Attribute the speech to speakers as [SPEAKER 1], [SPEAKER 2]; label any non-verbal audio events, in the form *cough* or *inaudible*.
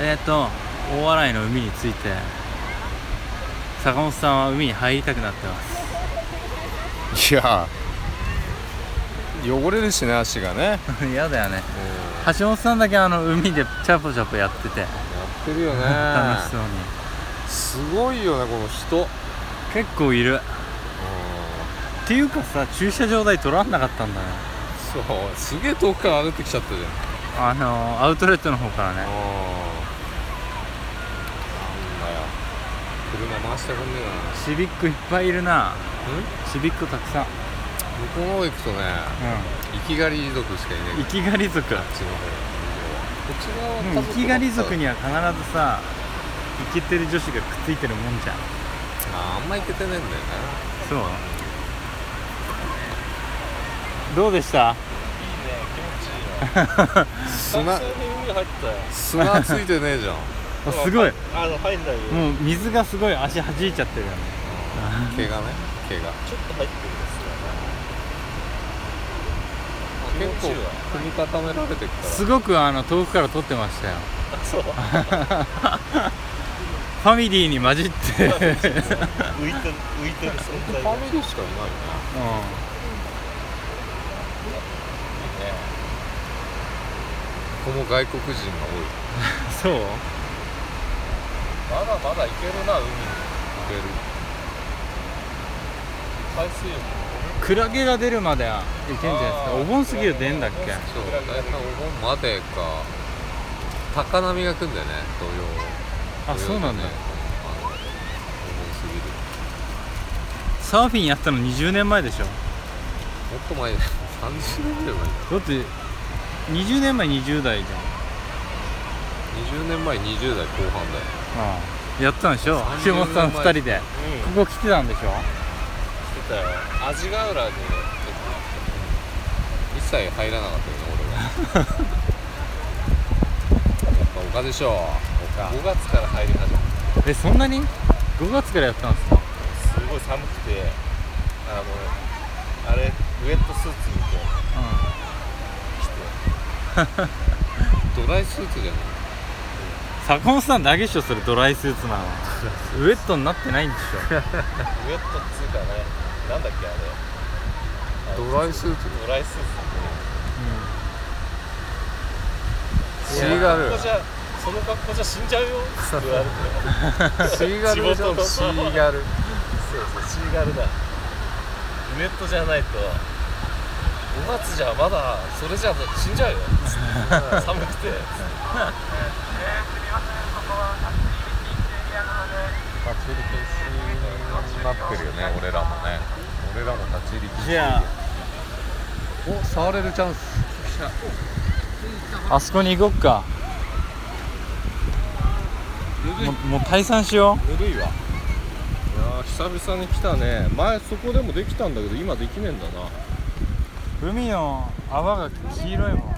[SPEAKER 1] えっ、と大洗の海について坂本さんは海に入りたくなってます
[SPEAKER 2] いや汚れるしね足がね
[SPEAKER 1] *laughs* 嫌だよね
[SPEAKER 2] うんや
[SPEAKER 1] 橋本さんだけあの海でチャポチャポやってて
[SPEAKER 2] ってるよね *laughs*
[SPEAKER 1] 楽しそうに
[SPEAKER 2] すごいよねこの人
[SPEAKER 1] 結構いるっていうかさ駐車場代取らんなかったんだね
[SPEAKER 2] そうすげえ遠くから歩いてきちゃったじ
[SPEAKER 1] あのーアウトレットの方から
[SPEAKER 2] ゃん
[SPEAKER 1] ね
[SPEAKER 2] なんだよ車回してくんね
[SPEAKER 1] シビックいっぱいいるな
[SPEAKER 2] えなうん
[SPEAKER 1] シビックたくさん
[SPEAKER 2] 向こうの方行くとね
[SPEAKER 1] う
[SPEAKER 2] 生きがり族しかいない
[SPEAKER 1] ん生きがり族
[SPEAKER 2] あっちの方
[SPEAKER 1] で
[SPEAKER 2] こっち側は家族
[SPEAKER 1] も生きがり族
[SPEAKER 2] だ
[SPEAKER 1] には必ずさイケてる女子がくっついてるもんじゃん
[SPEAKER 2] ったらああんま行けてねえんだよな
[SPEAKER 1] そうどうでした
[SPEAKER 2] 砂
[SPEAKER 3] 海入ったよ
[SPEAKER 2] 砂ついてねえじゃん *laughs*
[SPEAKER 1] あすごい
[SPEAKER 3] あの入んないよ
[SPEAKER 1] もう水がすごい足弾いちゃってるよね
[SPEAKER 2] 毛がね毛が
[SPEAKER 3] ちょっと入ってるん
[SPEAKER 2] 結
[SPEAKER 3] です
[SPEAKER 2] 構
[SPEAKER 3] よね
[SPEAKER 2] 踏み固められてくから
[SPEAKER 1] すごくあの遠くから撮ってま *laughs* したよ
[SPEAKER 3] あそう
[SPEAKER 1] ファミリーに混じって、
[SPEAKER 3] 浮いてる浮いてる存在
[SPEAKER 2] ファ
[SPEAKER 3] が
[SPEAKER 2] ミリーしかいないよねここも外国人が
[SPEAKER 1] そう
[SPEAKER 3] まだまだいけるな
[SPEAKER 2] 多い
[SPEAKER 3] 海に
[SPEAKER 2] くれる
[SPEAKER 3] 海水浴
[SPEAKER 1] クラゲが出るまではいけんじゃないですか
[SPEAKER 3] あー
[SPEAKER 1] お盆過ぎると出んだっけ
[SPEAKER 2] そう大体お盆までか高波が来んだよね土曜
[SPEAKER 1] あそうなんだ
[SPEAKER 2] 土曜日ねあのお盆過ぎる
[SPEAKER 1] サーフィンやったの20年前でしょ
[SPEAKER 2] もっと前30年ぐらい前
[SPEAKER 1] だって20年前20代じ
[SPEAKER 2] 20年前20代後半だよ
[SPEAKER 1] ゃんああやったんでしょ
[SPEAKER 2] 30
[SPEAKER 1] 橋本さん2人で
[SPEAKER 3] うん
[SPEAKER 1] ここ来てたんでしょ
[SPEAKER 3] 来てたよ味ヶ浦で
[SPEAKER 2] 一切入らなかった *laughs* よね俺はやっぱ丘でしょ丘
[SPEAKER 3] 5月から入り始めた
[SPEAKER 1] えそんなに5月からやったんですか
[SPEAKER 3] すごい寒くてあのあれウエットスーツみたいなの着て
[SPEAKER 2] ドライスーツじゃない
[SPEAKER 1] 坂本さんだけっしょそれドライスーツなのウエットになってないんでしょ
[SPEAKER 3] ウエットっつうかねなんだっけあれ
[SPEAKER 2] ドライスーツ
[SPEAKER 3] ドライスーツ
[SPEAKER 2] シーガ
[SPEAKER 3] その格好じ
[SPEAKER 2] ル
[SPEAKER 3] ゃその格好じゃ死んじゃうよって言われて
[SPEAKER 2] シーガルじゃん
[SPEAKER 3] 地元の
[SPEAKER 2] シーガル
[SPEAKER 3] そうそうシーガルだウエットじゃないと5月じゃまだそれじゃ死んじゃうよつって寒くて
[SPEAKER 2] 立ち入り禁止になってるよね俺らもね俺らも立ち入り禁
[SPEAKER 1] いや
[SPEAKER 2] お触れるチャンス
[SPEAKER 1] あそこに行こっかもうもう退散しよ
[SPEAKER 2] ぬるいわいやー久々に来たね前そこでもできたんだけど今できねえんだな
[SPEAKER 1] う海の泡が黄色いもん